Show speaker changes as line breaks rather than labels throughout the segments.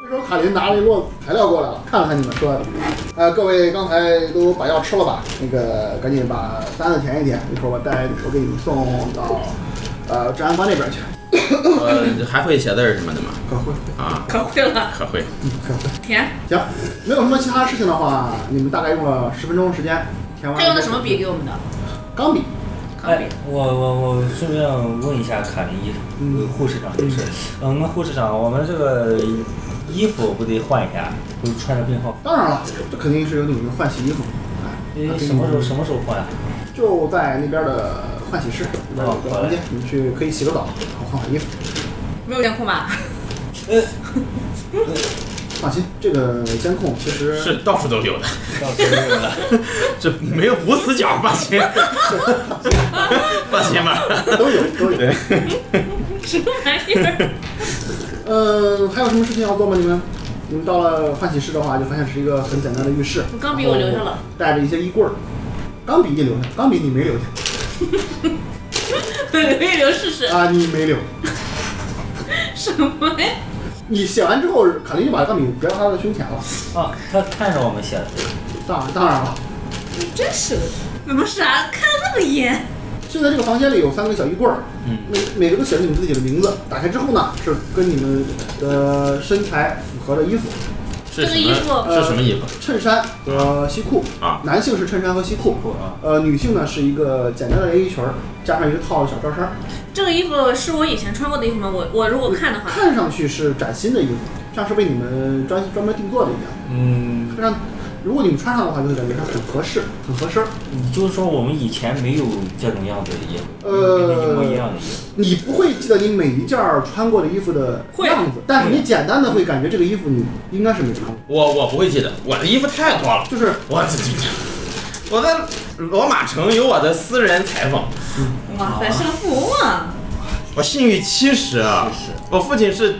这时候卡琳拿了一摞材料过来了，看了看你们说，呃，各位刚才都把药吃了吧？那个赶紧把单子填一填，一会儿我带我给你们送到呃治安官那边去。
呃，还会写字儿什么的吗？
可会，
啊，
可会了，
可会。
可会。
填。
行，没有什么其他事情的话，你们大概用了十分钟时间填完。
这用的什么笔？给我们的？
钢笔。
钢笔
哎。，我我我顺便问一下卡琳医
嗯
生，护士长就是，嗯，那护士长，我们这个衣服不得换一下，啊不是穿着病号，
当然了，这肯定是由你们换洗衣服。哎，
诶，
他给你
什么时候什么时候换啊？
就在那边的换洗
哦
室，里边有个房间，你去可以洗个澡，然后换换衣服。
没有监控吧？
呃，
放心，这个监控其实
是到处都有的，
到时候有了，
这没有无死角，放心， 放心吧。
都有都 有。
什么玩意 儿？
呃，还有什么事情要做吗？你们？你们到了换洗室的话，就发现是一个很简单的浴室。
钢笔我留下了，
带着一些衣柜儿。钢笔你留下，钢笔你没留下
留一留试试。
啊？你没留。
什么呀？
你写完之后，卡琳就把钢笔别到他的胸前了。
啊，他看上我们写的，
当然当然了，
你真是的，怎么啥看得那么严？
现在这个房间里有三个小衣柜儿，
嗯
每每个都写着你们自己的名字。打开之后呢，是跟你们的身材符合的衣服，
是什
这个衣服
么？是什么衣服？
衬衫和西裤
啊
男性是衬衫和西裤
裤啊
呃，女性呢是一个简单的连衣裙儿，加上一个套小罩衫儿，
这个衣服是我以前穿过的衣服吗？我我如果看的话，
看上去是崭新的衣服，像是为你们专专门定做的一样。
嗯，
穿上，如果你们穿上的话，就会感觉它很合适，很合身儿。
就是说我们以前没有这种样子的衣服，
呃
一模一样的衣服，
你不会记得你每一件儿穿过的衣服的
会
样子，但是你简单的会感觉这个衣服你应该是没穿过，
我我不会记得，我的衣服太多了。
就是
我这这这，我在罗马城有我的私人裁缝，
哇塞，是个富翁啊！
我信誉七十啊
是是，
我父亲是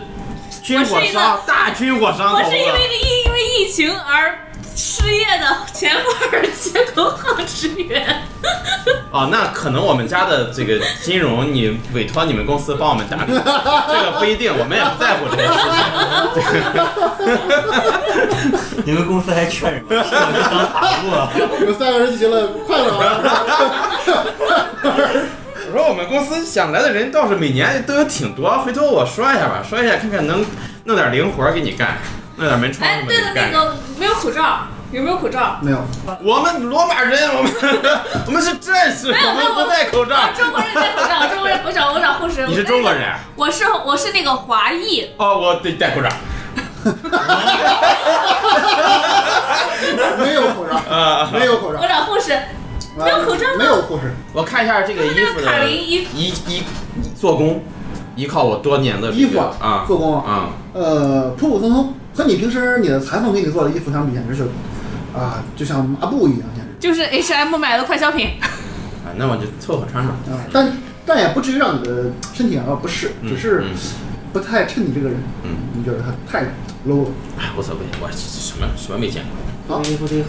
军火
我是一
商
个，
大军火商。
我
懂
是
不
因
懂
为疫因为疫情而失业的前华尔街投行职员。
哦，那可能我们家的这个金融，你委托你们公司帮我们打理，这个不一定，我们也不在乎这个事情。
你们公司还缺人吗？是 我们当法务啊。
你们三个人进行了快乐啊。
我说我们公司想来的人倒是每年都有挺多，回头我说一下吧，说一下看看能弄点零活给你干，弄点门窗什
哎，
么给
对了，
你
那
干。
个没有口罩，有没有口罩？
没有，
我们罗马人，我们我们是战士，
没有
我
没有
们不戴口罩。
啊中国人戴口罩，中国人我找我找护士。
你是中国人？
我是我是那个华裔，
哦，我得戴口罩。
没有口 罩，
啊、
没有口罩
我，找护士。
呃
没有口罩吗
没有护士，
我看一下这个衣
那
服
个卡
的
林衣
一一做工，依靠我多年的这个
衣服
啊
做工啊，
啊。
呃，普普通通，和你平时你的裁缝给你做的衣服相比，简直是啊，就像麻布一样，简直
就是 H M 买的快消品。
啊，那我就凑合穿上。
啊，但但也不至于让你的身体感到不适，
嗯
只是
嗯
不太衬你这个人，
嗯，
你觉得他太 low 了。
哎，无所谓，我什么什么没见过。
好
衣服得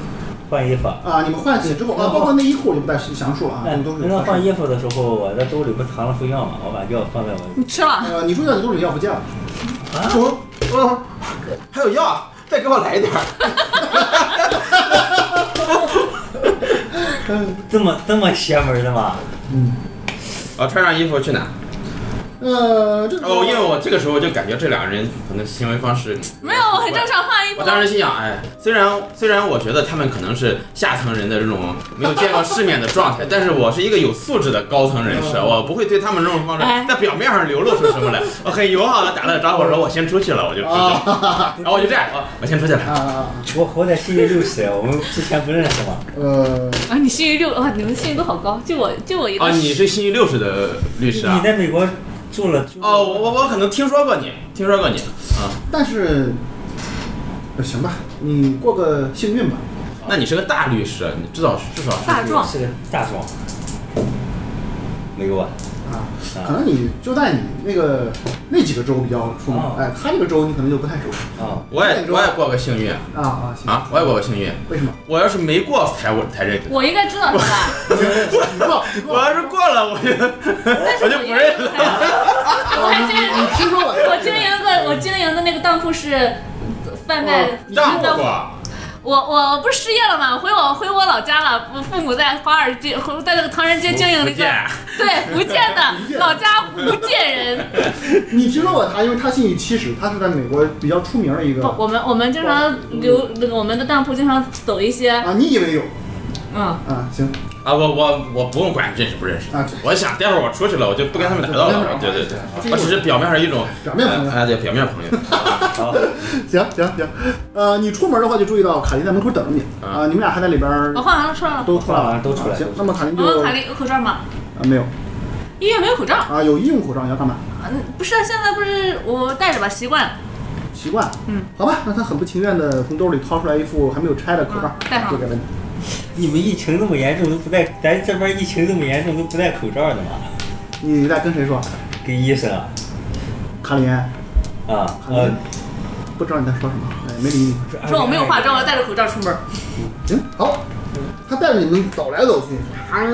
换衣服啊。
啊，你们换洗之后啊，包括内衣裤就不再详述了啊，
那
这们都是
那换
服。
衣服的时候，我在兜里不藏了副药嘛，我把药放在我
你吃了？
呃，你说要你兜里要不见了，
我我嗯还有药，啊再给我来一点儿。
这么这么邪门的吗？
嗯，
我啊穿上衣服去哪？
呃，这个
哦，因为我这个时候就感觉这两个人可能行为方式
没有，我很正。常换衣服。
我当时心想，哎，虽然虽然我觉得他们可能是下层人的这种没有见过世面的状态，但是我是一个有素质的高层人士，我不会对他们这种方式
嗯哎
在表面上流露出什么来。我很友好的打了个招呼，说我先出去了，我就出
哦
去了，然后我就这样，我我先出去了。
啊，
我活在星期六 时，我们之前不认识吗？
呃，
啊，你信誉六啊，你们信誉都好高，就我就我一个
啊，你是信誉六十的律师啊
你？在美国住了住了
哦，我我我可能听说过你，听说过你啊
但是呃行吧，你过个幸运吧。
啊、那你是个大律师，啊你至少至少是
大壮
是个大壮，没给我。
啊，可能你就在你那个那几个州比较出名
哦，
哎，他这个州你可能就不太熟
啊，
我也我也过个幸运
啊啊行
啊，我也过个幸运。
为什么？
我要是没过才我才认，
我应该知道他吧？
你过你
我
过，
要是过了我就 我就不认了。
哎 我还真
你听说了？
我经营的我经营的那个当铺是贩卖
哦
账户
当铺。
过，
我我不是失业了吗？回我回我老家了，我父母在华尔街，回在那个唐人街经营了一
福
个
建，
对福建
福
的
建
老家福建人。
你听说过他？因为他姓宇七十，他是在美国比较出名的一个
不，我们我们经常留那个我们的当铺经常走一些，
啊。你以为有
嗯，
啊？行，
啊，我我我不用管认识不认识
啊，
我想待会儿我出去了，我就不跟他们打交道了。
啊
对对
对
对，我只是表面上一种
表面朋友
哎，对，表面朋友。啊
好，
行行行，呃，你出门的话就注意到卡琳在门口等着你
啊
啊，你们俩还在里边儿
我哦换完了出来了。
都出来
我
了，
都出来
啊行
都出来，
那么卡琳
我
就
问卡丽有口罩吗？
啊没有
医院没有口罩。
啊，有医用口罩你要干嘛？
嗯，不是，现在不是我戴着吧，习惯了。
习惯，
嗯，
好吧，那他很不情愿的从兜里掏出来一副还没有拆的口罩
嗯，戴上
就给了你。
你们疫情那么严重都不戴，咱这边疫情那么严重都不戴口罩的嘛？
你在跟谁说？
跟医生啊，
卡琳，
啊，
卡
呃
嗯
琳，，不知道你在说什么，哎，没理你。
说我没有化妆，我啊戴着口罩出门。
行，嗯好，他带着你们走来走去，还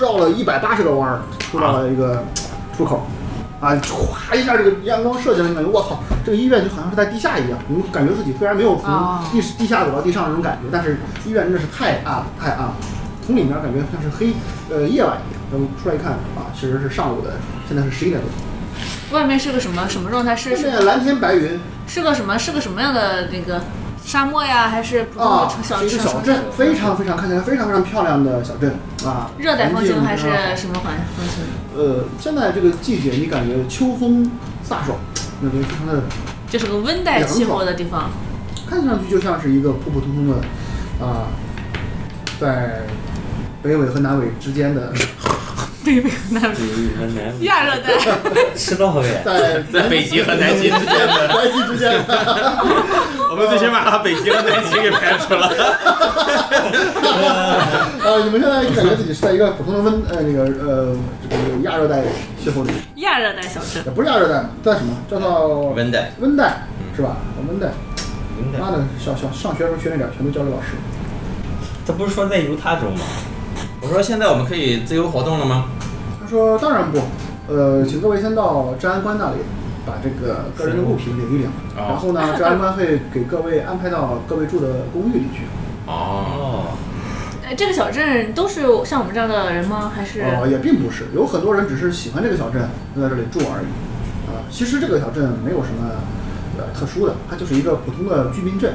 绕了一百八十个弯儿，出到了一个出口。啊，唰一下，这个阳光射进来，你感觉我操，这个医院就好像是在地下一样，你们感觉自己虽然没有从
哦
地地下走到地上那种感觉，但是医院真的是太暗了，太暗了，从里面感觉像是黑，呃，夜晚一样。等出来一看啊，其实是上午的，现在是十一点多。
嗯外面是个什么什么状态？是
现
是
在蓝天白云
是个什么？是个什么样的那个沙漠呀？还哦是普通的
啊
城，小
是一个小镇，非常非常看起来非常非常漂亮的小镇啊，
热带风情
环境
还是
非常好
什么环风情？
呃，现在这个季节，你感觉秋风飒爽，那边非常的，
就是个温带气候的地方。
看上去就像是一个普普通通的，啊、在北纬和南纬之间的，
对对，那
对，
亚热带。
哎吃到位，
在
在北极和南极之间的，
南极之间的，
我们最起码把北极和南极给排除了。
呃，你们现在就感觉自己是在一个普通的温，呃，那个呃，这个亚热带气候里，
亚热带小镇，
也不是亚热带，叫什么？叫做
温带嗯
温带是吧？温带，
真
妈
的。
的，小小上学的时候学那点儿，全都交给老师。
他不是说在犹他州吗？
我说现在我们可以自由活动了吗？
他说：“当然不，呃，请各位先到治安官那里把这个个人的物品领一领，
哦
然后呢，治安官会给各位安排到各位住的公寓里去。
哦，
哦，
哎，这个小镇都是有像我们这样的人吗？还是
呃，也并不是，有很多人只是喜欢这个小镇，就在这里住而已。呃，其实这个小镇没有什么呃特殊的，它就是一个普通的居民镇。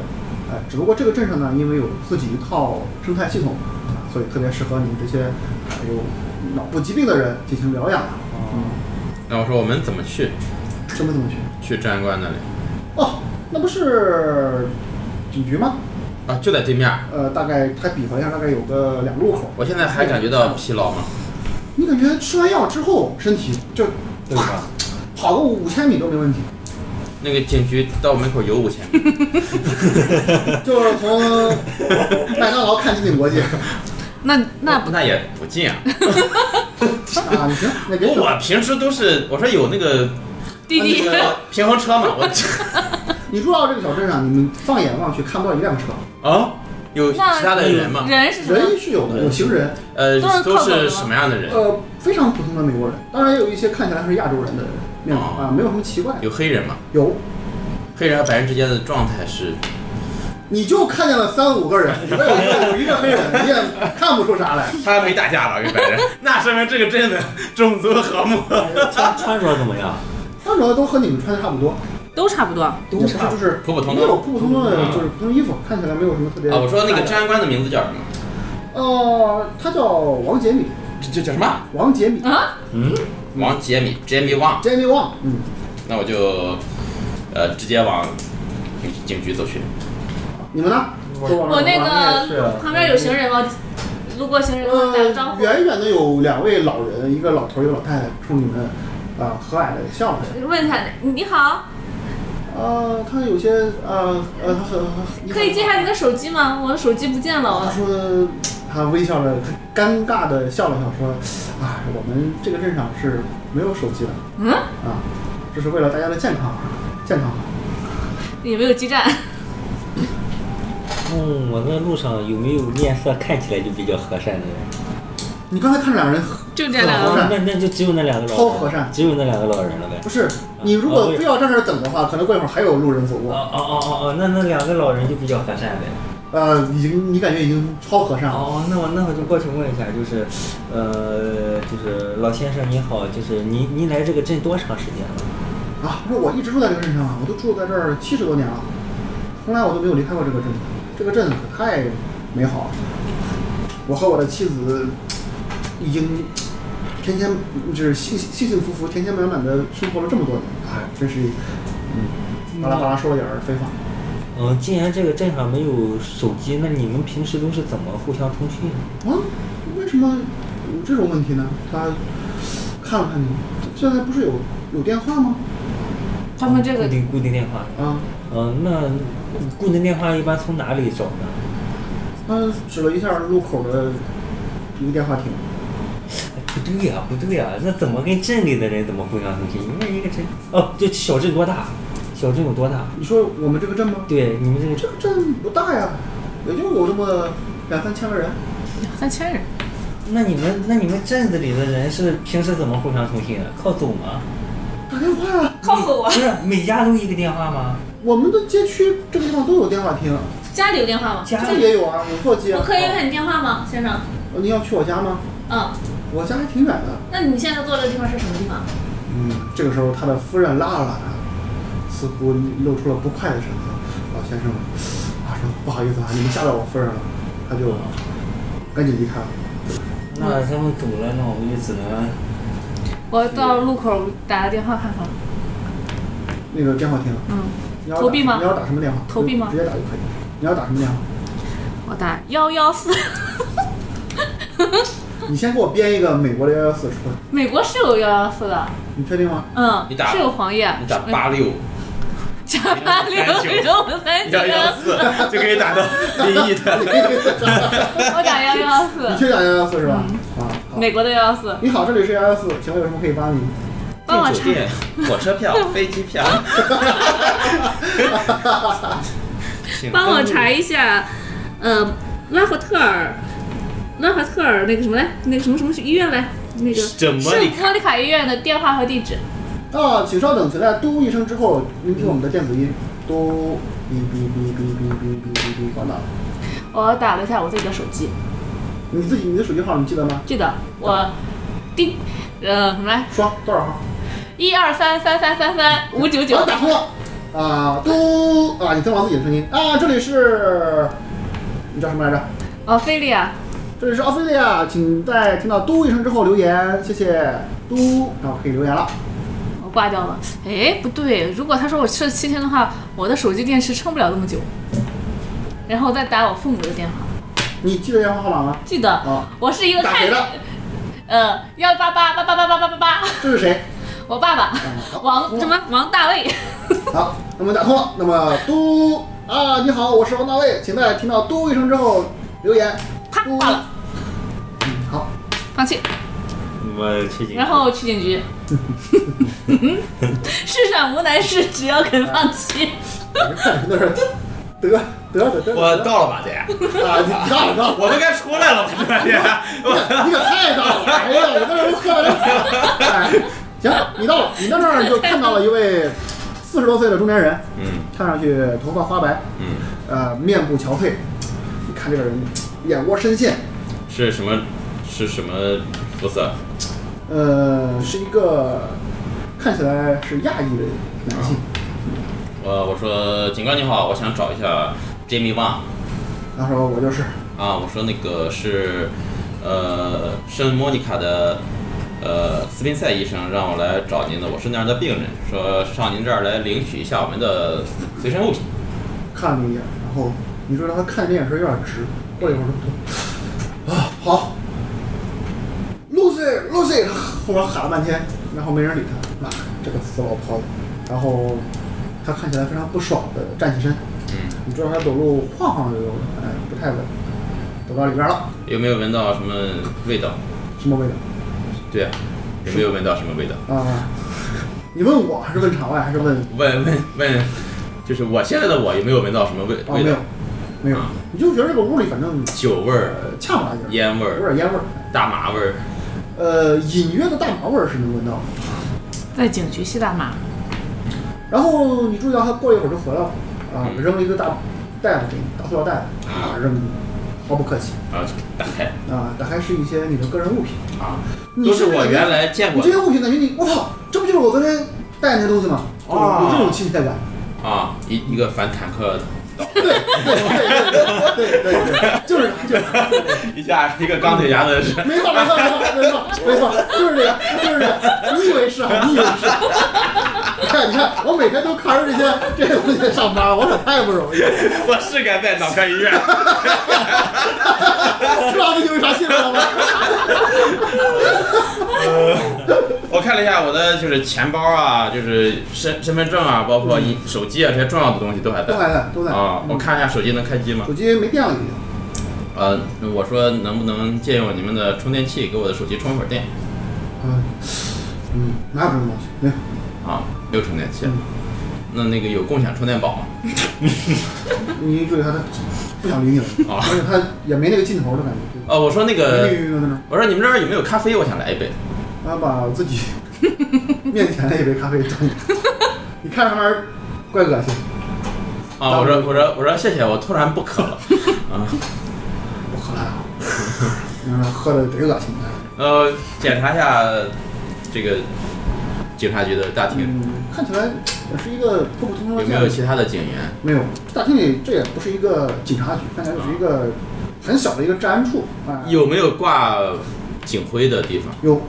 呃，只不过这个镇上呢，因为有自己一套生态系统，啊所以特别适合你们这些呃有脑部疾病的人进行疗养。嗯，
那我说我们怎么去？
什么怎么去？
去治安官那里
哦，那不是警局吗？
啊，就在对面。
呃，大概他比划一下，大概有个两路口。哎
我现在还感觉到疲劳吗？
你感觉吃完药之后，身体就
对吧？
跑个五千米都没问题，
那个警局到我门口有五千米，
就是从麦当劳看金鼎国际啊，
那 那不
那也不近啊。
啊你行，那别
我平时都是我说有那个 呃
滴滴
那个平衡车 嘛，我
你住到这个小镇上，你们放眼望去看不到一辆车，
啊有其他的人吗？
人是什么
人？是有的，有行人，
呃，
都是
都
靠走
是
的
什么样的人？
呃，非常普通的美国人，当然也有一些看起来是亚洲人的面孔啊，没有什么奇怪的。
哦有黑人吗？
有，
黑人和白人之间的状态是
你就看见了三五个人，里边有一个有一个黑人，你也看不出啥来。
他没打架吧？跟 白人，那说明这个 镇子种族和睦。
穿穿着怎么样？
穿着都和你们穿的差不多，
都差不多。
都不是就是
普普通通
没有普普通通的
嗯
就是普通衣服，看起来没有什么特别。
啊，我说那个治，安官的名字叫什么？
呃，他叫王杰米，
这这叫什么？
王杰米
啊，
嗯，
王杰米，Jamie Wang。
，Jamie Wang，嗯，
那我就呃直接往警局走去。
你们呢？
我
说完了
我那
嗯我也是啊
个旁边有行人吗？路过行人吗打个招
呃，
呼。
远远的有两位老人，一个呃老头儿，一个老太太，冲你们啊和蔼的笑了。
问一下，你好，
呃，他有些呃呃，他很很
可以借下你的手机吗？我的手机不见了，
他
我
说，他微笑着，他尴尬的笑了笑，说：“啊，我们这个镇上是没有手机的
嗯，
啊，这是为了大家的健康，啊健康好。
也没有基站。
嗯，我那路上有没有面色看起来就比较和善的人？
你刚才看两人
就这两个
很和
那
善
那那就只有那两个老人，
超和善
只有那两个老人了呗
不。是你如果非要站这儿等的话，可能过一会儿还有路人走
哦
过。
哦哦哦哦，那那两个老人就比较和善呗。
呃，已经你感觉已经超和善了。
哦，那我那我就过去问一下，就是，呃，就是老先生您好，就是您您来这个镇多长时间了？
啊，他说我一直住在这个镇上啊，我都住在这儿七十多年了，从来我都没有离开过这个镇，这个镇可太美好了。我和我的妻子已经天天就是幸幸幸福福、甜甜满满的生活了这么多年，哎，真是，嗯，巴拉巴拉说了点儿废话。
嗯，既然这个镇上没有手机，那你们平时都是怎么互相通讯的？
啊，为什么有这种问题呢？他看了看你，现在不是有有电话吗？
他们这
固
个
定固定电话。
啊，
嗯，那固定电话一般从哪里找呢？
他指了一下路口的一个电话亭。
哎不对呀、不对呀、那怎么跟镇里的人怎么互相通信？你们一个镇，哦，这小镇多大？小镇有多大？
你说我们这个镇吗？
对，你们这个
这
镇
个镇不大呀，也就有这么两三千个人。
三千人，
那你们那你们镇子里的人是平时怎么互相通信的？靠走吗？
打电话呀，
靠谱啊
不！是每家都一个电话吗？
我们的街区这个地方都有电话亭，
家里有电话吗？
家
这也有啊，五座街。
我可以看你电话吗，先生？
呃你要去我家吗？
嗯，
我家还挺远的。
那你现在坐的地方是什么地方？
嗯，这个时候他的夫人拉了拉他，似乎露出了不快的神色。老先生，啊，说不好意思啊，你们吓到我夫人了，他就赶紧离开了。
那他们走了，那我们就只能
我到路口打个电话看看。
那个电话亭，
嗯，
你要打
投币吗
你要打什么电话？
投币吗
直接打就可以。你要打什么电话？
我打嗯幺幺四。
你先给我编一个美国的幺幺四出来，
美国是有幺幺四的，
你确定吗？
嗯，
你打
是有黄页。
你打八六，
加八六幺五三九
幺，幺四就可以打到临沂的。
我打幺幺四
你，去打幺幺四是吧？啊，好。
美国的幺幺四，
你好，这里是幺幺四，请问有什么可以帮你？
帮我
订
查
酒。店、火车票、飞机票。请
帮我
登录
查一下，呃，拉赫特尔，拉赫特尔那个什么来，那个什么什么医院来，那个
什么
圣
你
莫妮卡医院的电话和地址。
啊，请稍等，请在嘟一声之后聆听我们的电子音。嘟，哔哔哔哔哔哔哔哔哔，关了。
我打了一下我自己的手机，
你自己你的手机号你记得吗？
记得我第呃什么来，
说多少号？
一二三三三三三五九九
啊，。打通了。啊，嘟啊，你听完自己的声音啊，这里是，你叫什么来着？
哦，菲利亚，
这里是奥菲利亚，请在听到嘟一声之后留言，谢谢嘟，然后可以留言了。
我挂掉了。哎，不对，如果他说我吃了七天的话，我的手机电池撑不了那么久。然后再打我父母的电话，
你记得电话号码吗？
记得、
啊
我是一个
打
看
谁的？
呃幺八八八八八八八八八。
这是谁？
我爸爸
好
王什么王大卫，
好，那么打通了，那么嘟啊，你好，我是王大卫，请在听到嘟一声之后留言。
啪
嘟
挂了，
嗯，好，
放弃，
我 去警
然后去警局。世上无难事，只要肯放弃。
看那是得得得得，
我
到
到了吧，姐，
啊，你到了到了，
我都该出来了，我感觉。我
你可太到了，哎呀，我那时候喝的，哎，行，你到了，你到那儿就看到了一位四十多岁的中年人，
嗯
看上去头发花白，
嗯，
呃，面部憔悴，你看这个人眼窝深陷，
是什么？是什么肤色？
呃，是一个看起来是亚裔的男性。
呃我我说警官你好，我想找一下 Jamie Wang
他说我就是，
啊，我说那个是呃圣莫妮卡的呃斯宾塞医生让我来找您的，我是那样的病人，说上您这儿来领取一下我们的随身物品。
看了你一眼，然后你说他看这眼神有点直，过一会儿说，啊好，Lucy Lucy，后边喊了半天，然后没人理他，妈这个死老婆子，然后他看起来非常不爽的站起身，
嗯，
你知道他走路晃晃悠悠的，哎，不太稳。走到里边了，
有没有闻到什么味道？
什么味道？
对啊，有没有闻到什么味道？
啊、 你问我还是问场外还是问？
问问问，就是我现在的我有没有闻到什么味
哦，没
味
有
道？，啊
没有，你就觉得这个屋里反正
酒味儿、
呃恰不拉几儿，
烟味
有
儿、
点烟味儿，
大麻味儿，
呃，隐约的大麻味儿是能闻到的。
在警局吸大麻，
然后你注意到他过一会儿就回来了，啊，
嗯
扔了一个大袋子给你，大塑料袋子，啊，扔给你，毫不客气，
啊，打开
啊，打开是一些你的个人物品，
啊，
你
都是我
甚至
原来见
你
过
这些
的
物品感觉你，我操，这不就是我昨天带的那东西吗？有
啊
有这种亲切感，
啊，一一个反坦克导
对对对对对对对，就是就是，
一下一个钢铁侠的是
没错没错没错没错没错，就是这个就是这个，你以为是啊？你以为是啊？你看你看，我每天都扛着这些这些东西上班，我可太不容易了。
我是该在脑科医院。
是吧？这有啥新闻了吗？
我看了一下我的就是钱包啊，就是身身份证啊，包括一手机啊这些重要的东西都还在。
都来了，都来了
啊，
嗯
我看一下手机能开机吗
手？机没电了已经。
呃，我说能不能借用你们的充电器给我的手机充一会儿电？
嗯，嗯，哪有这种东西？没有。
啊，没有充电器
嗯。
那那个有共享充电宝吗？
你注意他，他不想理你了，
啊
而且他也没那个劲头的感觉。
呃，我说那
对
个，
晕晕晕的那种。
我说你们这儿有没有咖啡？我想来一杯。
他把自己面前的一杯咖啡端过来，你看上面怪恶心。
啊，我说我说我说谢谢，我突然不渴 了。啊，
我喝了， 嗯，喝的贼恶心的。
呃，检查一下这个警察局的大厅
嗯，看起来也是一个普普通通的
有
这
没
样
有
的
其他的警员？
没有，大厅里这也不是一个警察局，看起来就是一个很小的一个治安处。啊、
有没有挂警徽的地方？
有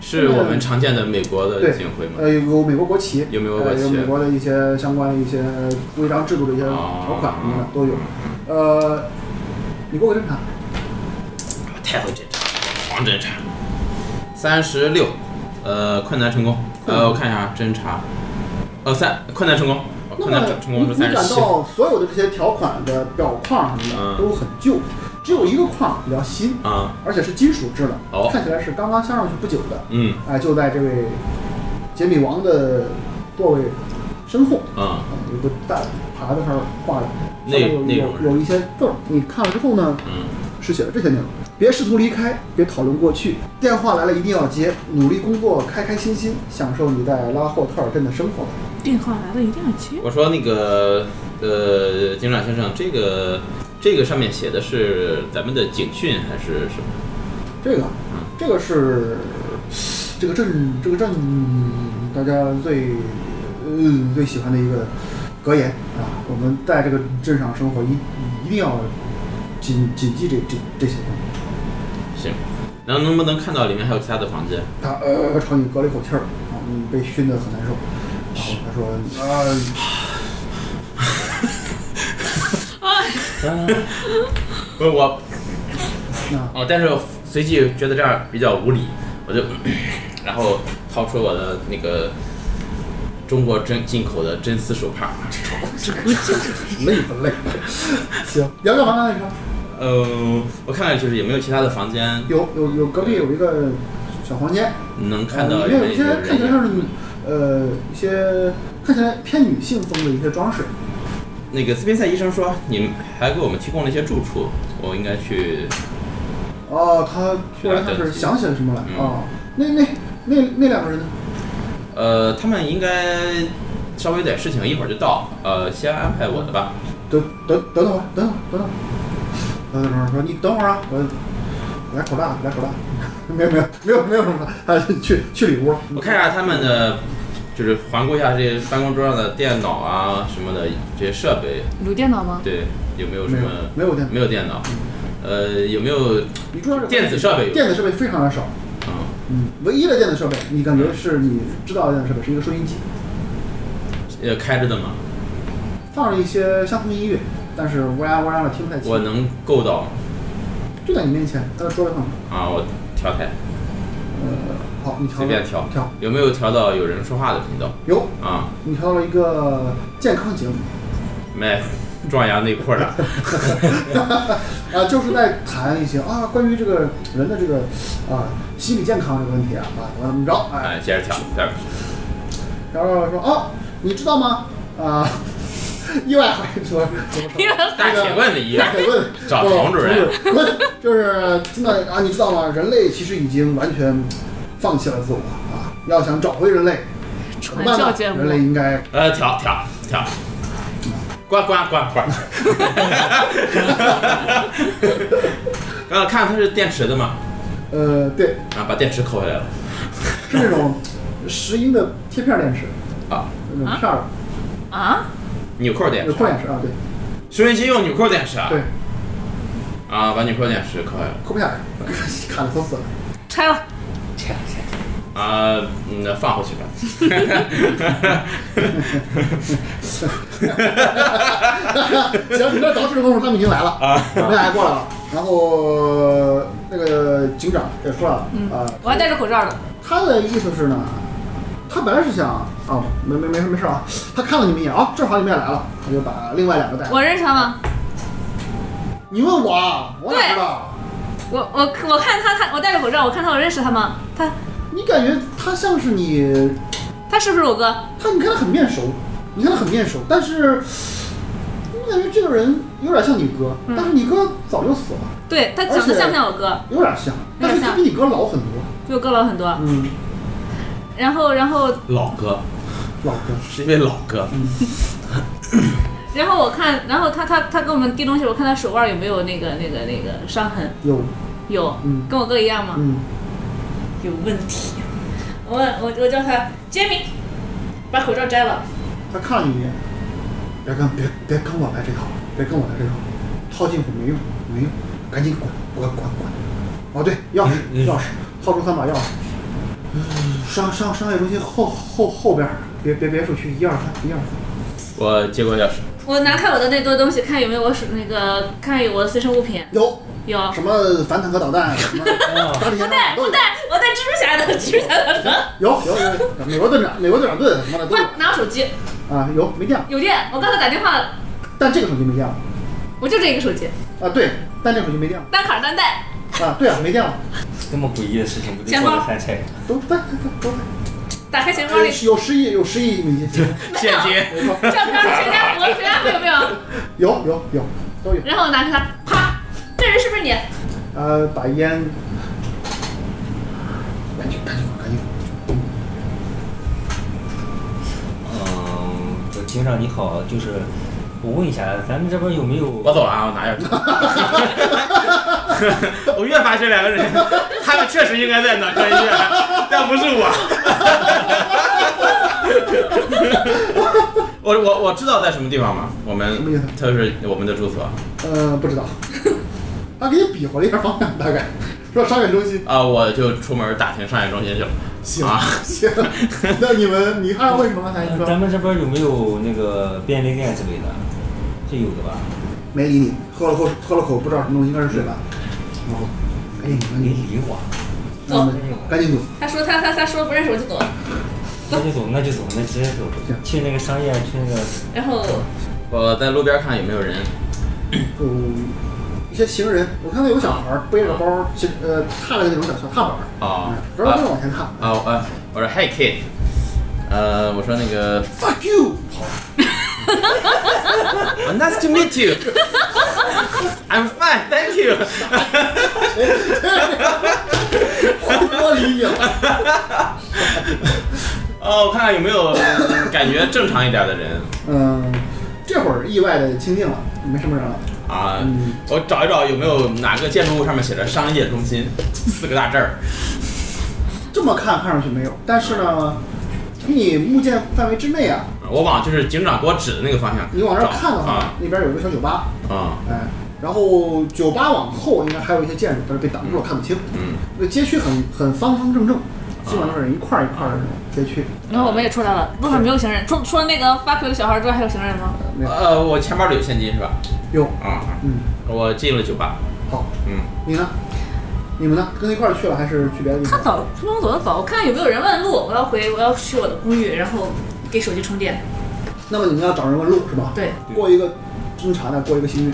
是我们常见的美国的警徽吗？
呃，有美国国旗，
有美国国旗
呃有美国的一些相关的一些规章制度的一些
哦
条款什么的都有。呃，你给我个侦查，
哦太会侦查，狂侦查。三十六，呃，困难成功。
嗯
呃，我看一下侦查，呃，三困难成功，哦
那
困
么
难成成
你
功
你
是三
感
十七。
到所有的这些条款的表框什么的
嗯
都很旧，只有一个框比较新，
啊，
而且是金属制的，
哦
看起来是刚刚镶上去不久的。
嗯
哎、就在这位杰米王的座位身后，
啊，
啊有个大牌子上挂着，
内
上面有
内容是
有有一些字儿，你看了之后呢，
嗯
是写了这些内容：别试图离开，别讨论过去，电话来了一定要接，努力工作，开开心心，享受你在拉霍特尔镇的生活。
电话来了一定要接。
我说那个呃，警长先生，这个这个上面写的是咱们的警讯还是什么？
这个，这个是这个镇这个镇大家最嗯最喜欢的一个格言啊！我们在这个镇上生活一一定要谨谨记这这这些东西。
行，然后能不能看到里面还有其他的房间？
他呃朝你隔了一口气儿啊，嗯，被熏得很难受。然后他说啊、
不是我，
那
哦，但是随即觉得这样比较无理，我就然后掏出我的那个中国真进口的真丝手帕，
累不累？行，你要干嘛呢？你说
呃，我看看就是有没有其他的房间
有有有隔壁有一个小房间，
能看到
呃
有
里
没
面有
有
一些看
人
起来
影
像是呃一些看起来偏女性风的一些装饰。
那个斯宾塞医生说，你们还给我们提供了一些住处，我应该去
哦，他突然开始想起来什么来
嗯
哦，那那那那两个人呢？
呃，他们应该稍微有点事情，一会儿就到。呃，先安排我的吧。
等等等等会儿，等等等等，等等会儿说你等会儿啊，我来口大，来口大， 没有没有没有没有什么，啊，去去里屋了。
我看一下他们的，就是环顾一下这些办公桌上的电脑啊什么的这些设备，
有电脑吗？
对，有没有什
没有
么？
没有电脑
没有电脑。呃，有没有？
你注意到这个
电子设备有
电子设备非常的少。
嗯，
嗯，唯一的电子设备，你感觉是你知道的电子设备是一个收音机，
呃，开着的吗？
放着一些乡村音乐，但是乌呀乌呀的听不太清。
我能够到吗
就在你面前，他的桌子上。
啊，我调台。
呃，好，你调
随便调
调，调
有没有调到有人说话的频道
有，
啊？
你调到了一个健康节目，
卖壮阳内裤的，
啊，就是在谈一些啊关于这个人的这个啊心理健康这个问题啊啊怎么怎么着哎，
哎，接着调，再不
然后说哦，你知道吗？啊， 意外怀孕说怎么
因为
大铁问的一样
大，铁问哦
找唐主任
不是不是就是真的啊，你知道吗？人类其实已经完全放弃了自我啊，要想找回人类，怎么
传
办
教
呢？
节目
人类应该
呃，调调调，关关关 关。呃，看它是电池的嘛，
呃对，
啊，把电池抠下来了
是那种石英的贴片电池，
啊，
那种片儿
啊，
纽扣电
有
池，
矿电池啊，对
收音机用纽扣电池啊，
对，
啊，把纽扣电池抠下来了
抠不下来，砍的死死了。
拆了，
拆了拆了，
啊，那放回去吧。
行，你这倒饬的功夫他们已经来了啊，我们俩也过来了。然后那个警长也说了，啊，
嗯我还戴着口罩呢。
他的意思是呢，他本来是想啊，没没没事没事啊，他看了你们一眼啊，正好你们也来了，他就把另外两个带。
我认识他吗？
你问我，啊，我哪知道？
我我我看他，他我戴着口罩，我看他，我认识他吗？他
你感觉他像是你，
他是不是我哥？
他你看他很面熟，你看他很面熟，但是你感觉这个人有点像你哥，但是你哥早就死了，
对他长
而且
得像不像我哥？
有点像，但是他比你哥老很多，
比我哥老很多。
嗯，
然后然后
老哥
老哥。嗯
是因为老哥，
然后我看，然后他他他给我们递东西，我看他手腕有没有那个那个那个伤痕，
有，
有，
嗯
跟我哥一样吗？
嗯，
有问题。啊我我我叫他 Jamie，把口罩摘了。
他看了你一眼，别跟别别跟我来这套，别跟我来这套，套近乎没用，没用，赶紧滚滚滚滚！哦对，钥匙
嗯嗯
钥匙，掏出三把钥匙，嗯商商商业中心后后后边儿，别别别墅区一二三一二三，
我接过钥匙，
我拿开我的那堆东西，看有没有我手那个，看有我的随身物品。
有
有，
什么反坦克导 弹，什么
哦
嗯钢铁
我
侠
带
都
我
有，
带我带蜘蛛侠的蜘蛛侠的什
有有有，美国队长美国队长盾什么的都有
快拿我手机，
啊，有没电了，
有电。我刚才打电话了，
但这个手机没电了
我就这一个手机，
啊，对，但这个手机没电了
单卡单带。
啊，对啊，没电了，
这么诡异的事情，我就
钱
做
包
了三拆。
都在都在。
打开钱包里
有有十亿有十亿美金，
现金。
照片，全家福，全家福有没有？
有有有都有。
然后我拿给他，啪，这人是不是你？
呃，把烟，赶紧赶紧赶紧，
嗯，警长你好，就是我问一下，咱们这边有没有？
我走了啊，我拿钥匙。 我越发现两个人，他们确实应该在脑科医院，但不是 我。我我我知道在什么地方吗？我们
什么意思
他是我们的住所啊、
呃，不知道。 他给你比划了一下方向，大概说商业中心。
啊我就出门打听商业中心去了。
行、
啊
行，那你们你按为什么刚才你
呃
说
咱们这边有没有那个便利店之类的？是有的吧？
没理你，喝了口喝了口不知道什么东西，应该是水吧。然后哎赶紧赶
没
紧
理我，
嗯
让他们赶紧走。
他说他他他说不认识我就走了，
那就走，那就走，那直接走
行，
去那个商业，去那个
然后
我在路边看有没有人，
嗯，一些行人，我看到有个小孩儿背着包，行呃，踏了个那种小小踏板儿，
哦
嗯不是不是往前踏
啊，我呃我说 Hey kid，呃，我说那个
，fuck you，跑。
Oh, Nice to meet you. I'm fine, thank you.
脱离你了。
哦，我看看有没有嗯感觉正常一点的人
嗯，这会儿意外的清静了，没什么人了。
啊
嗯。
我找一找有没有哪个建筑物上面写着“商业中心”四个大字儿。
这么看看上去没有，但是呢，以你目见范围之内啊，
我往就是警长给我指的那个方向。
你往这儿看的
找
话，
啊
那边有一个小酒吧，
啊
哎，然后酒吧往后应该还有一些建筑，但是被挡住了，看不清。
嗯，
那街区很很方方正正，
啊
基本上是一块儿一块儿的街区。
然后我们也出来了，路上没有行人，除除了那个发球的小孩之外，还有行人吗？
没有，
呃，我钱包里有现金是吧？
有，
啊，
嗯，
我进了酒吧。
好，
嗯，
你呢？你们呢？跟他一块儿去了还是去别的地
他
方？
早初中走的早，我看有没有人问路，我要回我要去我的公寓，然后给手机充电。
那么你们要找人问路是吧？
对，
对
过一个侦查呢，过一个幸运。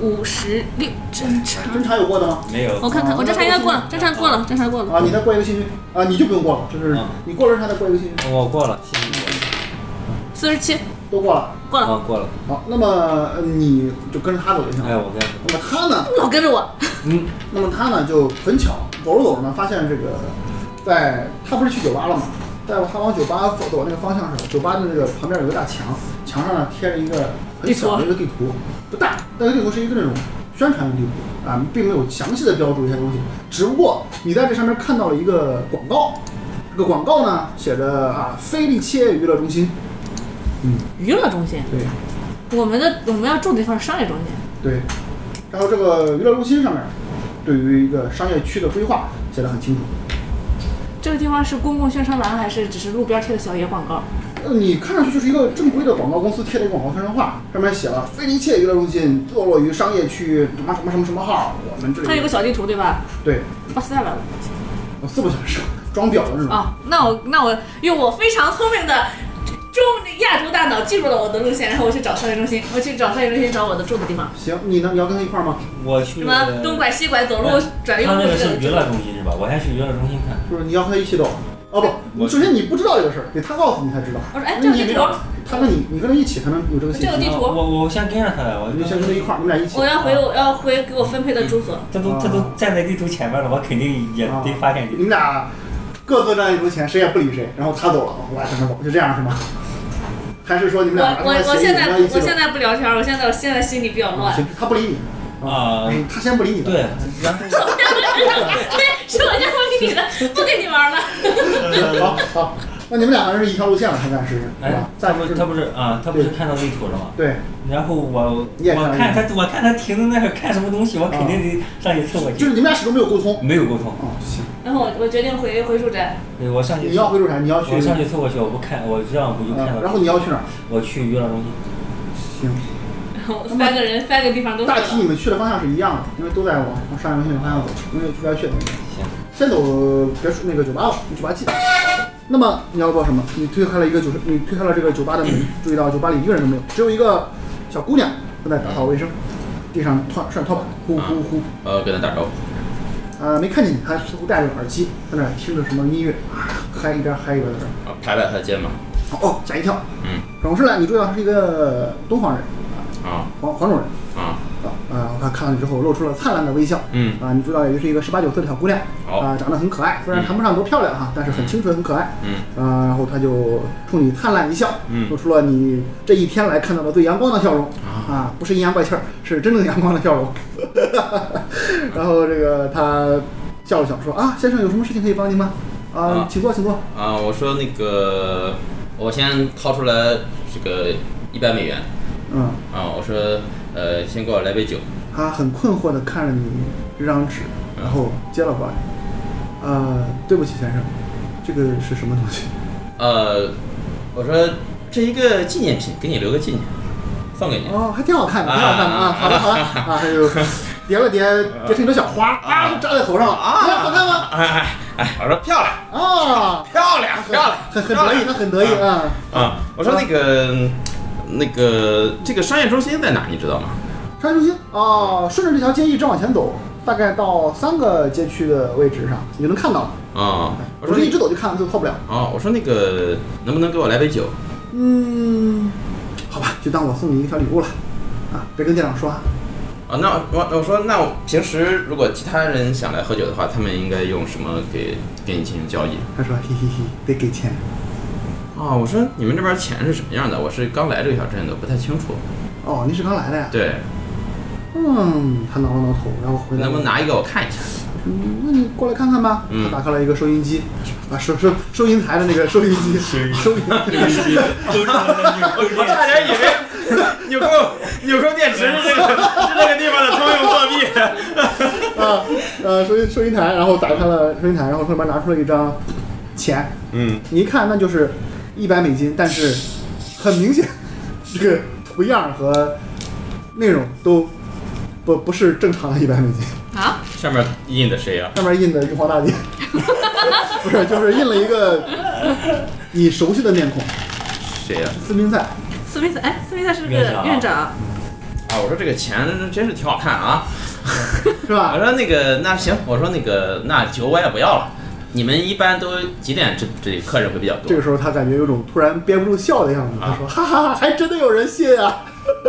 五十六侦查，
侦查有过的吗？
没有
我看看，我侦查应该过了，侦查过了，侦查过了。
啊，你再过一个幸运啊，你就不用过了，就是
嗯
你过了侦查再过一个幸运，
哦我过了，幸运
四十七
都过了。
过了，
啊过了，
好，那么呃你就跟着他走就行
哎
了。
我跟他
那么他呢？
老跟着我。
嗯
那么他呢就很巧，走着走着呢，发现这个在他不是去酒吧了吗？在他往酒吧走走那个方向的时候，酒吧的那个旁边有个大墙，墙上呢贴着一个很小的一个地图，啊不大，但是地图是一个那种宣传的地图啊，并没有详细的标注一些东西，只不过你在这上面看到了一个广告，这个广告呢写着啊菲利切娱乐中心，
娱乐中心，
对
我们的我们要住的地方是商业中心。
对，然后这个娱乐中心上面对于一个商业区的规划写得很清楚。
这个地方是公共宣传栏，还是只是路边贴的小野广告？
呃你看上去就是一个正规的广告公司贴的一个广告宣传画，上面写了菲尼切娱乐中心坐落于商业区什么什么什么什么号，我们这里
它有个小地图，对吧？
对，
哇塞了
我四不小时装裱的
嗯
那种。
啊！那我那我用我非常聪明的中亚洲大脑记住了我的路线，然后我去找商业中心，我去找商业中心找我的住的地方，
行，你呢？你要跟他一块儿吗？
我去
什么东拐西拐，走路转右
他
路
那个是娱
这个
乐中心是吧？我先去娱乐中心看。
就是你要和他一起走？哦不，你首先你不知道这个事儿，得他告诉你才知道。
哎我说哎
那
这个
你也
地
没
图
找他跟你，你跟他一起才能有这个信息
这。个地图
我我我先跟着他呀，我
你就先跟他一块儿，你们俩一起。
我要回我要回给我分配
嗯
的住所。
这都这都站在地图前面了，我肯定也
啊
得发现
你
你。
们俩各自站一头前，谁也不理谁，然后他走了，我俩跟着走，就这样是吗？还是说你们
我
俩
我我现在
一起
我
走
现？在不聊天，我现在我现在心里比较乱。
行，他不理你
啊
哎他先不理你的。
对，然后
啊
嗯
对， 是我家不理你的，不跟你玩了。
好好，那你们两个人是一条路线了，现在是，对
哎
吧？，
他不他不
是，
是啊，他不是看到地图了吗？
对，
然后我
你也看
我
了
看他我看他停在那儿看什么东西，我肯定得上去凑过
哦就是
去。
你们俩始终没有沟通。
没有沟通，
哦，行，
然后我我决定回回住宅，
对我上去
你要回住宅，你要去
我，上去凑过去，我不看，我这样不就看
嗯
到？
然后你要去哪儿？
我去娱乐中
行，
心，
然后 三个人三个地方都去
大体你
了。
们去的方向是一样的，因为都在往往上一个方向走，因为住宅去的那个。
行，
先走别墅那个酒吧吧，酒吧记得。那么你要做什么？你推开了一个酒，你推开了这个酒吧的门，注意到酒吧里一个人都没有，只有一个小姑娘正在打扫卫生，地上拖涮拖把，呼呼呼。
呃，跟他打招呼。
呃，没看见你，他似乎戴着耳机，在那儿听着什么音乐，啊，嗨一边嗨一边在这儿。
啊拍拍他的肩膀，
哦，吓一跳。
嗯，
总之呢，你注意到他是一个东方人，
啊
黄黄种人
啊，
啊。呃，他看到你之后露出了灿烂的微笑。
嗯
啊，你注意到也就是一个十八九岁的小姑娘，
好
啊，长得很可爱，虽然谈不上多漂亮哈，但是很清纯，很可爱。
嗯
啊，然后他就冲你灿烂一笑，
嗯
露出了你这一天来看到的最阳光的笑容啊，不是阴阳怪气儿，是真正阳光的笑容。 然后这个他笑了笑说啊，先生有什么事情可以帮您吗？啊
啊，
请坐，请坐。
啊，我说那个，我先掏出来这个一百美元
嗯，
啊，我说呃，先给我来杯酒，
他很困惑地看着你这张纸，然后接了过来。呃，对不起，先生，这个是什么东西？
呃，我说这一个纪念品，给你留个纪念，送给你。
哦，还挺好看的，挺好看的啊！好的，好的啊，还有叠 了叠，叠成一朵小花啊，就扎在头上了啊，好看吗？
哎哎哎，我说漂亮，
啊，
漂亮，漂亮，
很很得意，他很得意啊。
啊！我说那个那个这个商业中心在哪？你知道吗？
商业中心哦，顺着这条街一直往前走，大概到三个街区的位置上，你就能看到了。
啊，我
我
说
是一
那
直走就看，就错不了。
啊，我说那个能不能给我来杯酒？
嗯，好吧，就当我送你一条礼物了啊，别跟店长说啊。
啊，那我我说，那我平时如果其他人想来喝酒的话，他们应该用什么给给你进行交易？
他说：“嘿嘿嘿，得给钱。
啊，我说你们这边钱是什么样的？我是刚来这个小镇的，不太清楚。”
哦，您是刚来的呀？
对，
嗯，他挠了挠头，然后回来
能不能拿一个我看一下？
嗯，那你过来看看吧。
嗯
他打开了一个收音机，啊，收收收银台的那个收音机，收音机。
我差点以为纽扣 纽扣电池是这个是这个地方的通用货币。
啊，呃，收银收银台，然后打开了收银台，然后从里面拿出了一张钱，
嗯，
你一看那就是一百美金，但是很明显，这个图样和内容都不不是正常的一百美金，
啊，
上面印的谁呀、
上面印的玉皇大帝， 不是就是印了一个你熟悉的面孔，
谁呀、
斯宾塞。
斯宾塞，哎，斯宾塞是不是
院长
院长？
啊？我说这个钱真是挺好看啊！
是吧
我？说那个那行，我说那个那酒我也不要了。你们一般都几点这这里客人会比较多？
这个时候他感觉有种突然憋不住笑的样子，他说：“哈哈哈，还真的有人信啊！”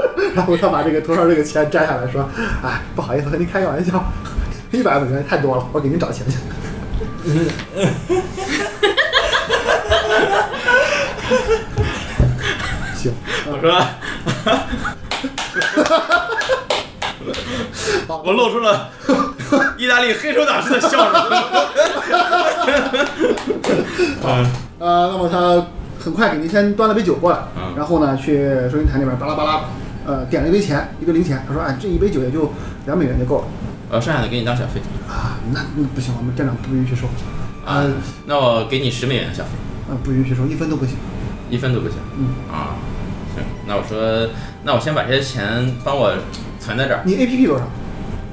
然后他把这个头上这个钱摘下来说：“哎，不好意思，和您开个玩笑，一百美元太多了，我给您找钱去。行，
我说，我露出了意大利黑手党式的笑 容。嗯，
呃，那么他很快给您先端了杯酒过来，
嗯
然后呢去收银台那边巴拉巴拉，呃，点了一杯钱，一个零钱，他说：“哎，这一杯酒也就两美元就够了。”
呃，剩下的给你当小费
啊，那那不行，我们店长不允许收。
啊
呃，
那我给你十美元的小费，
呃，不允许收，一分都不行。
一分都不行。
嗯，
啊，行，那我说，那我先把这些钱帮我存在这儿，
你 A P P 多少？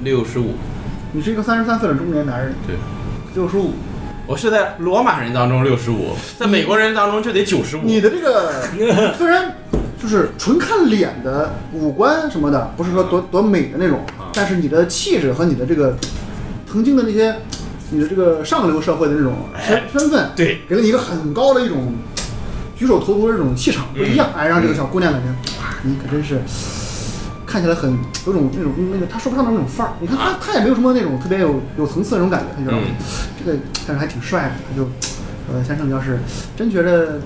六十五。
你是一个三十三岁的中年男人，
对，
六十五。
我是在罗马人当中六十五，在美国人当中就得九十五。
你的这个 虽然就是纯看脸的五官什么的，不是说多多美的那种
啊，
但是你的气质和你的这个曾经的那些，你的这个上流社会的那种身身份，
哎对，
给了你一个很高的一种举手投足的这种气场不一样，
嗯
哎，让这个小姑娘感觉，哇，你可真是。看起来很有种那种那个，她说不上的那种范儿。你看她，她也没有什么那种特别有有层次的那种感觉，她就、
啊嗯
这个但是还挺帅的。他就，呃，先生，你要是真觉得，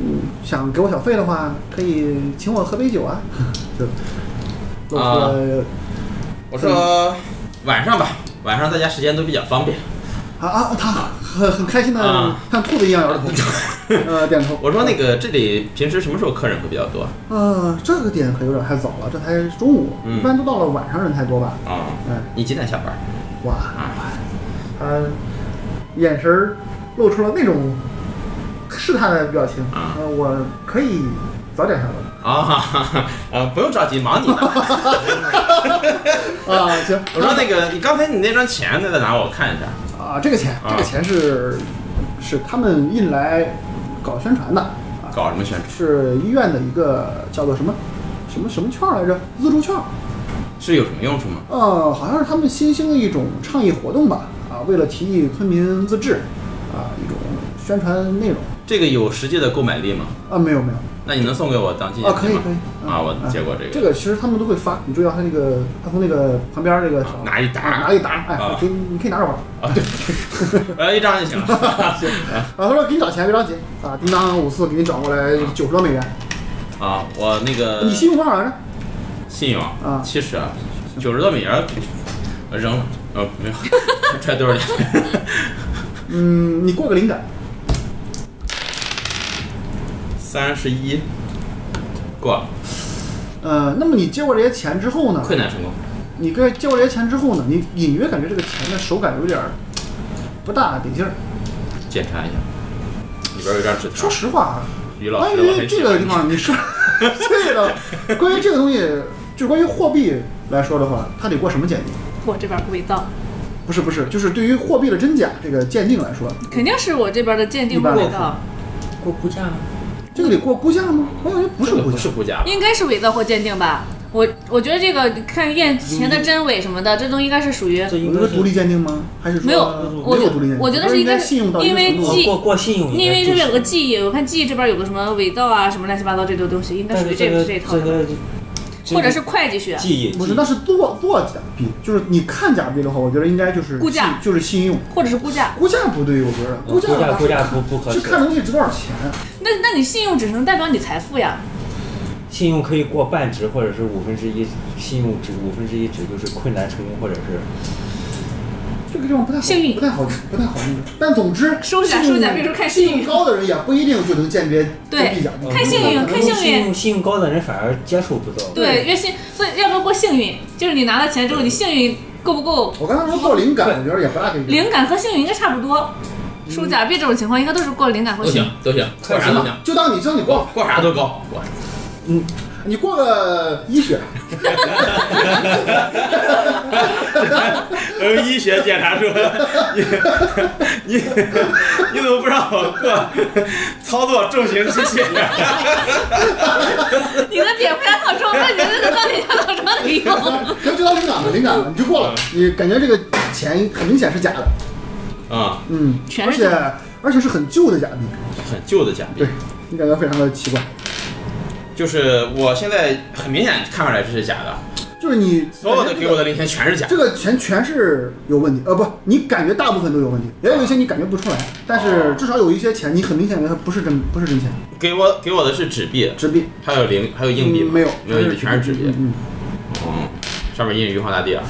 嗯，想给我小费的话，可以请我喝杯酒啊。就露出了
我说晚上吧，晚上大家时间都比较方便。
啊啊，他很很开心的
啊，
像兔子一样摇着头， 呃，点头。
我说那个这里平时什么时候客人会比较多
呃，这个点可有点太早了，这才中午，
嗯
一般都到了晚上人才多吧？
啊？
嗯，
你几点下班？
哇，
啊，
他眼神儿露出了那种试探的表情。
啊
呃，我可以早点下班。
啊，哈哈呃，不用着急，忙你呢。
啊， 行，
我说那个，你刚才你那张钱在哪？我看一下。
啊，这个钱，
啊
这个钱是、是他们印来搞宣传的，啊，
搞什么宣传？
是医院的一个叫做什么什么什么券儿来着，自助券儿，
是有什么用处吗？
呃，好像是他们新兴的一种倡议活动吧，啊，为了提议村民自治，啊，一种宣传内容，
这个有实际的购买力吗？
啊，没有没有，
那你能送给我当纪念
啊，
品吗？
可以可以，
啊，我接过
这
这个。
这个其实他们都会发，你注意啊到他那个，他从那个旁边那个小
哦拿一沓
啊拿一沓，哎，
啊
给你你可以拿着玩儿。
啊，对，我哎要一张就行了。
啊，他说给你找钱，别着急啊，叮当五四给你找过来九十多美元，
啊，我那个
你信用多少来着？
信用
啊
七十啊，九十多美元儿我扔了，呃，没有， 揣兜里。
嗯，你过个灵感，
三十一，过了，
呃，那么你接过这些钱之后呢？
困难成功。
你跟接过这些钱之后呢，你隐约感觉这个钱的手感有点儿不大得劲儿。
检查一下，里边有一张纸条
说。实话啊，
于老
关
师，我
于
很
这
喜
个
欢
地
你。
方，你说 对的，关于这个东西，就是关于货币来说的话，它得过什么鉴定？
我这边儿味道，
不是不是，就是对于货币的真假这个鉴定来说，
肯定是我这边儿的鉴定
一般来
伪
说
造，
过估价吗？
这个得过估价吗？我感觉不是
这个
估
不是
价。
估价吧，
应该是伪造或鉴定吧。我我觉得这个看验钱的真伪什么的，这都应该是属于
这应
有一
该
个
是
独立鉴定吗？还是说
没有
没
我
有
觉
独立鉴定？
我觉得
不
是应
应该
该是
信用到一
因
个
为
程度
记
吗
过过过信用应该
因为
就
这
是，
边有个记忆，我看记忆这边有个什么伪造啊、什么乱七八糟这种东西，应该
但
属于
是
这
个
这一
这
套的，
个
或者是会计学。
记忆，
不是，那是做做假币，就是你看假币的话，我觉得应该就是
估价
信就是信用。
或者是估价，
估价不对，我觉得
啊估
价
价
估
估价不不合
是
适，
看东西值多少钱。
那那你信用只能代表你财富呀。
信用可以过半值或者是五分之一，信用值五分之一值就是困难成功或者是
这个地方不太好，
幸运
不太好，不太好那个。但总之，
收起来
信用
收起来别说看
信
信
用
誉
高的人也不一定就能鉴别
对
币假币。
看幸运，看幸
嗯信
运
用。信用高的人反而接触不到，
对，越幸，所以要不要过幸运，就是你拿了钱之后，你幸运够不够？
我刚才说过灵感，我觉得也不大可以。
灵感和幸运应该差不多。收假币这种情况应该都是过灵感和
都
幸
行
运。
都行，过
干
啥
什
都
么
行，？
就当你就当你
过
过，
过啥都高，过
你过个医学，
呃，医学检查说你 你你怎么不让我过操作重型机械？
你的点非常好装，但人家的钢铁侠套装得用。
可知道灵感了，灵感了，你就过了。你感觉这个钱很明显是假的，
啊、
嗯，
全
而
是
且而且是很旧的假币，
很旧的假币
对，你感觉非常的奇怪。
就是我现在很明显看出来这是假的，
就是你
所有的给我的零钱全是假的
这。个钱全是有问题，呃，不，你感觉大部分都有问题，也有一些你感觉不出来，但是至少有一些钱你很明显觉得它不是真，不是真钱，
给我给我的是纸币，
纸币，
还有零，还有硬币吗？
嗯没有，
没有硬币，全是纸币。
嗯，
嗯，上面印着玉皇大帝啊。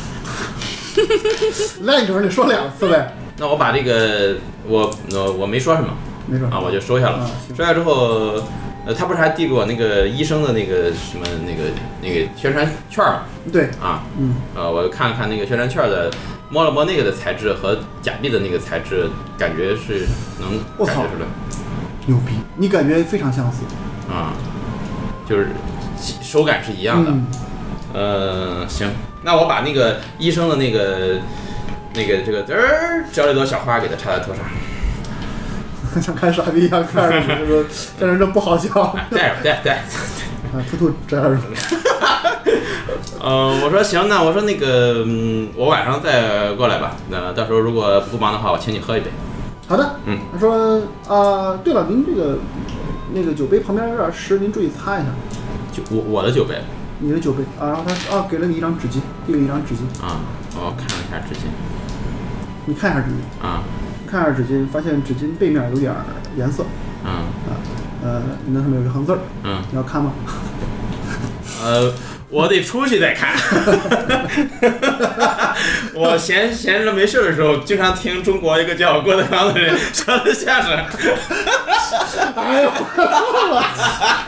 那你就是你说两次呗，
那我把这个，我呃我我没说什么
没准
啊，我就收下了
啊。行
收下之后，呃，他不是还递给我那个医生的那个什么那个那个宣传券儿吗
对，
啊？
嗯，
呃，我看了看那个宣传券儿的，摸了摸那个的材质和假币的那个材质，感觉是能
我
感
操
觉出来
牛逼，你感觉非常相似，
啊，就是手感是一样的。
嗯，
呃，行，那我把那个医生的那个那个这个嘚儿折了一朵小花给他插在 头上，
像看傻逼一样看着你，这个这人真不好 笑，啊
哎，戴着戴戴。
兔兔这样说，
呃，我说行，那我说那个，嗯，我晚上再过来吧。那到时候如果不忙的话，我请你喝一杯。
好的，
嗯，
他说啊，对了，您这个那个酒杯旁边有点湿，您注意擦一下。
就我我的酒杯
你的酒杯啊，然后他说啊给了你一张纸巾，递了一张纸巾，
啊，我看了一下纸巾
你看一下纸巾，
啊，
看一下纸巾，发现纸巾背面有点儿颜色
嗯
啊，呃，那上面有一行字儿，
嗯，
你要看吗？
呃，我得出去再看。 我闲闲着没事儿的时候，经常听中国一个叫郭德纲的人说的相声。
哎呦，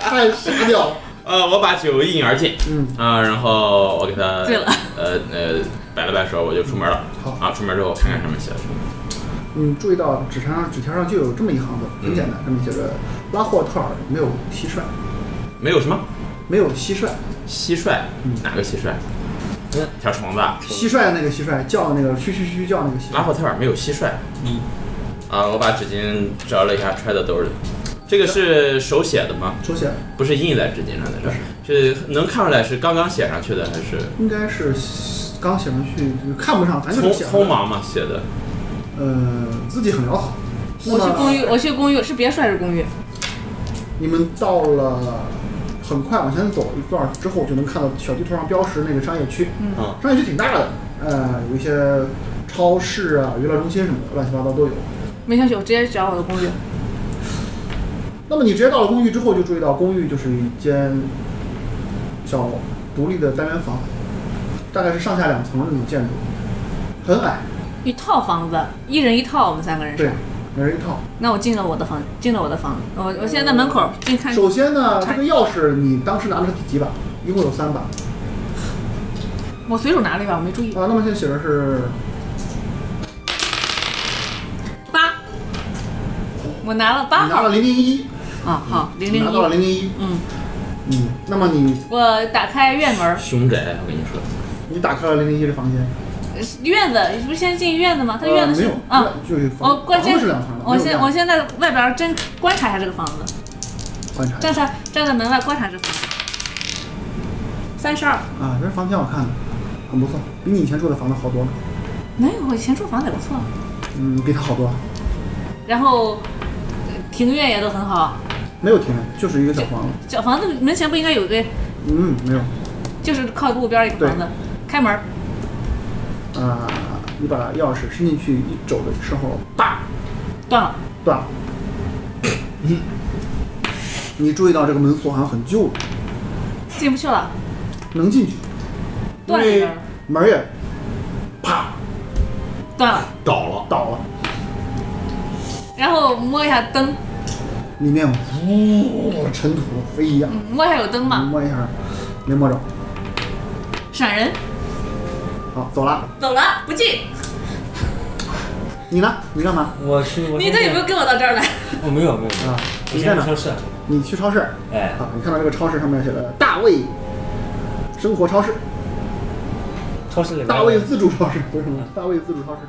太傻屌了，
呃，我把酒一饮而尽，
嗯
啊、然后我给他
醉了
呃呃摆了摆手，我就出门了。
好
啊，出门之后看看上面写的什么。
你嗯注意到纸条上纸条上就有这么一行字，很简单，上面写着拉霍特尔没有蟋蟀，
没有什么
没有啊蟋蟀，
蟋蟀，哪个蟋蟀？
嗯
条虫子啊。
蟋蟀那个蟋蟀叫那个嘘嘘嘘叫那个蟋
拉
蟀，
霍特尔没有蟋蟀。嗯。啊，我把纸巾折了一下，揣到兜里。这个是手写的吗？
手写
不是印在纸巾上的，是吧是能看出来是刚刚写上去的，还是
应该是刚写上去，就是看不上，咱就
匆
是写上
匆，忙嘛写的？
呃，字迹很潦草。
我去
那么
公 寓，我去公寓是别墅还是公寓？
你们到了，很快往前走一段之后，就能看到小地图上标识那个商业区。
嗯
商业区挺大的，呃，有一些超市啊、娱乐中心什么的，乱七八糟都有。
没兴趣，我直接找我的公寓。
那么你直接到了公寓之后，就注意到公寓就是一间小独立的单元房，大概是上下两层的那种建筑，很矮，
一套房子，一人一套，我们三个人
对
是。，
每人一套。
那我进了我的房，进了我的房，我我现在在门口进看。嗯
首先呢，这个钥匙你当时拿的是第几把？一共有三把啊。
我随手拿了一把，我没注意。
那么现在写的是
八，我拿了八
你拿
号
了。零零一，
啊，好，零
你
零
拿到了
一。
零零一。
嗯，
嗯，那么你
我打开院门，
凶宅，我跟你说，
你打开了零零一的房间，
呃院子，你不是先进院子吗？它
呃
院子
没
是
有
啊。，
就是
我
房
关
房
键
子是两层的。
我
没有
现
两
我现在外边真观察一下这个房子，
观察
站在站在门外观察这个房子。三十二，
啊，这房挺好看的，很不错，比你以前住的房子好多了，
没有，我以前住房子也不错。
嗯，比它好多了，
然后呃庭院也都很好，
没有庭院，就是一个小房子，
小房子门前不应该有个，
嗯，没有，
就是靠路边儿一个房子，开门儿
啊，你把钥匙伸进去一走的时候，叭，
断了，
断了。嗯你注意到这个门锁好像很旧了，
进不去了，
能进去，因
断了一
为
根儿，
门儿也啪
断了。
倒了，
倒了，
然后摸一下灯，
里面
嗯
呜尘土飞扬，
嗯摸一下有灯
你
嘛，
摸一下，没摸着，嗯
闪人，
好，走了。
走了，不进。
你呢？你干嘛？
我去，我
你这有没有跟我到这儿来？
我没有没有没有
啊，
我
你
先
在
去
哪
超？市。
你去超市
哎，
啊？你看到这个超市上面写的“大卫生活超市，
超市里面
大卫自助超市，不是什么大卫自助超市。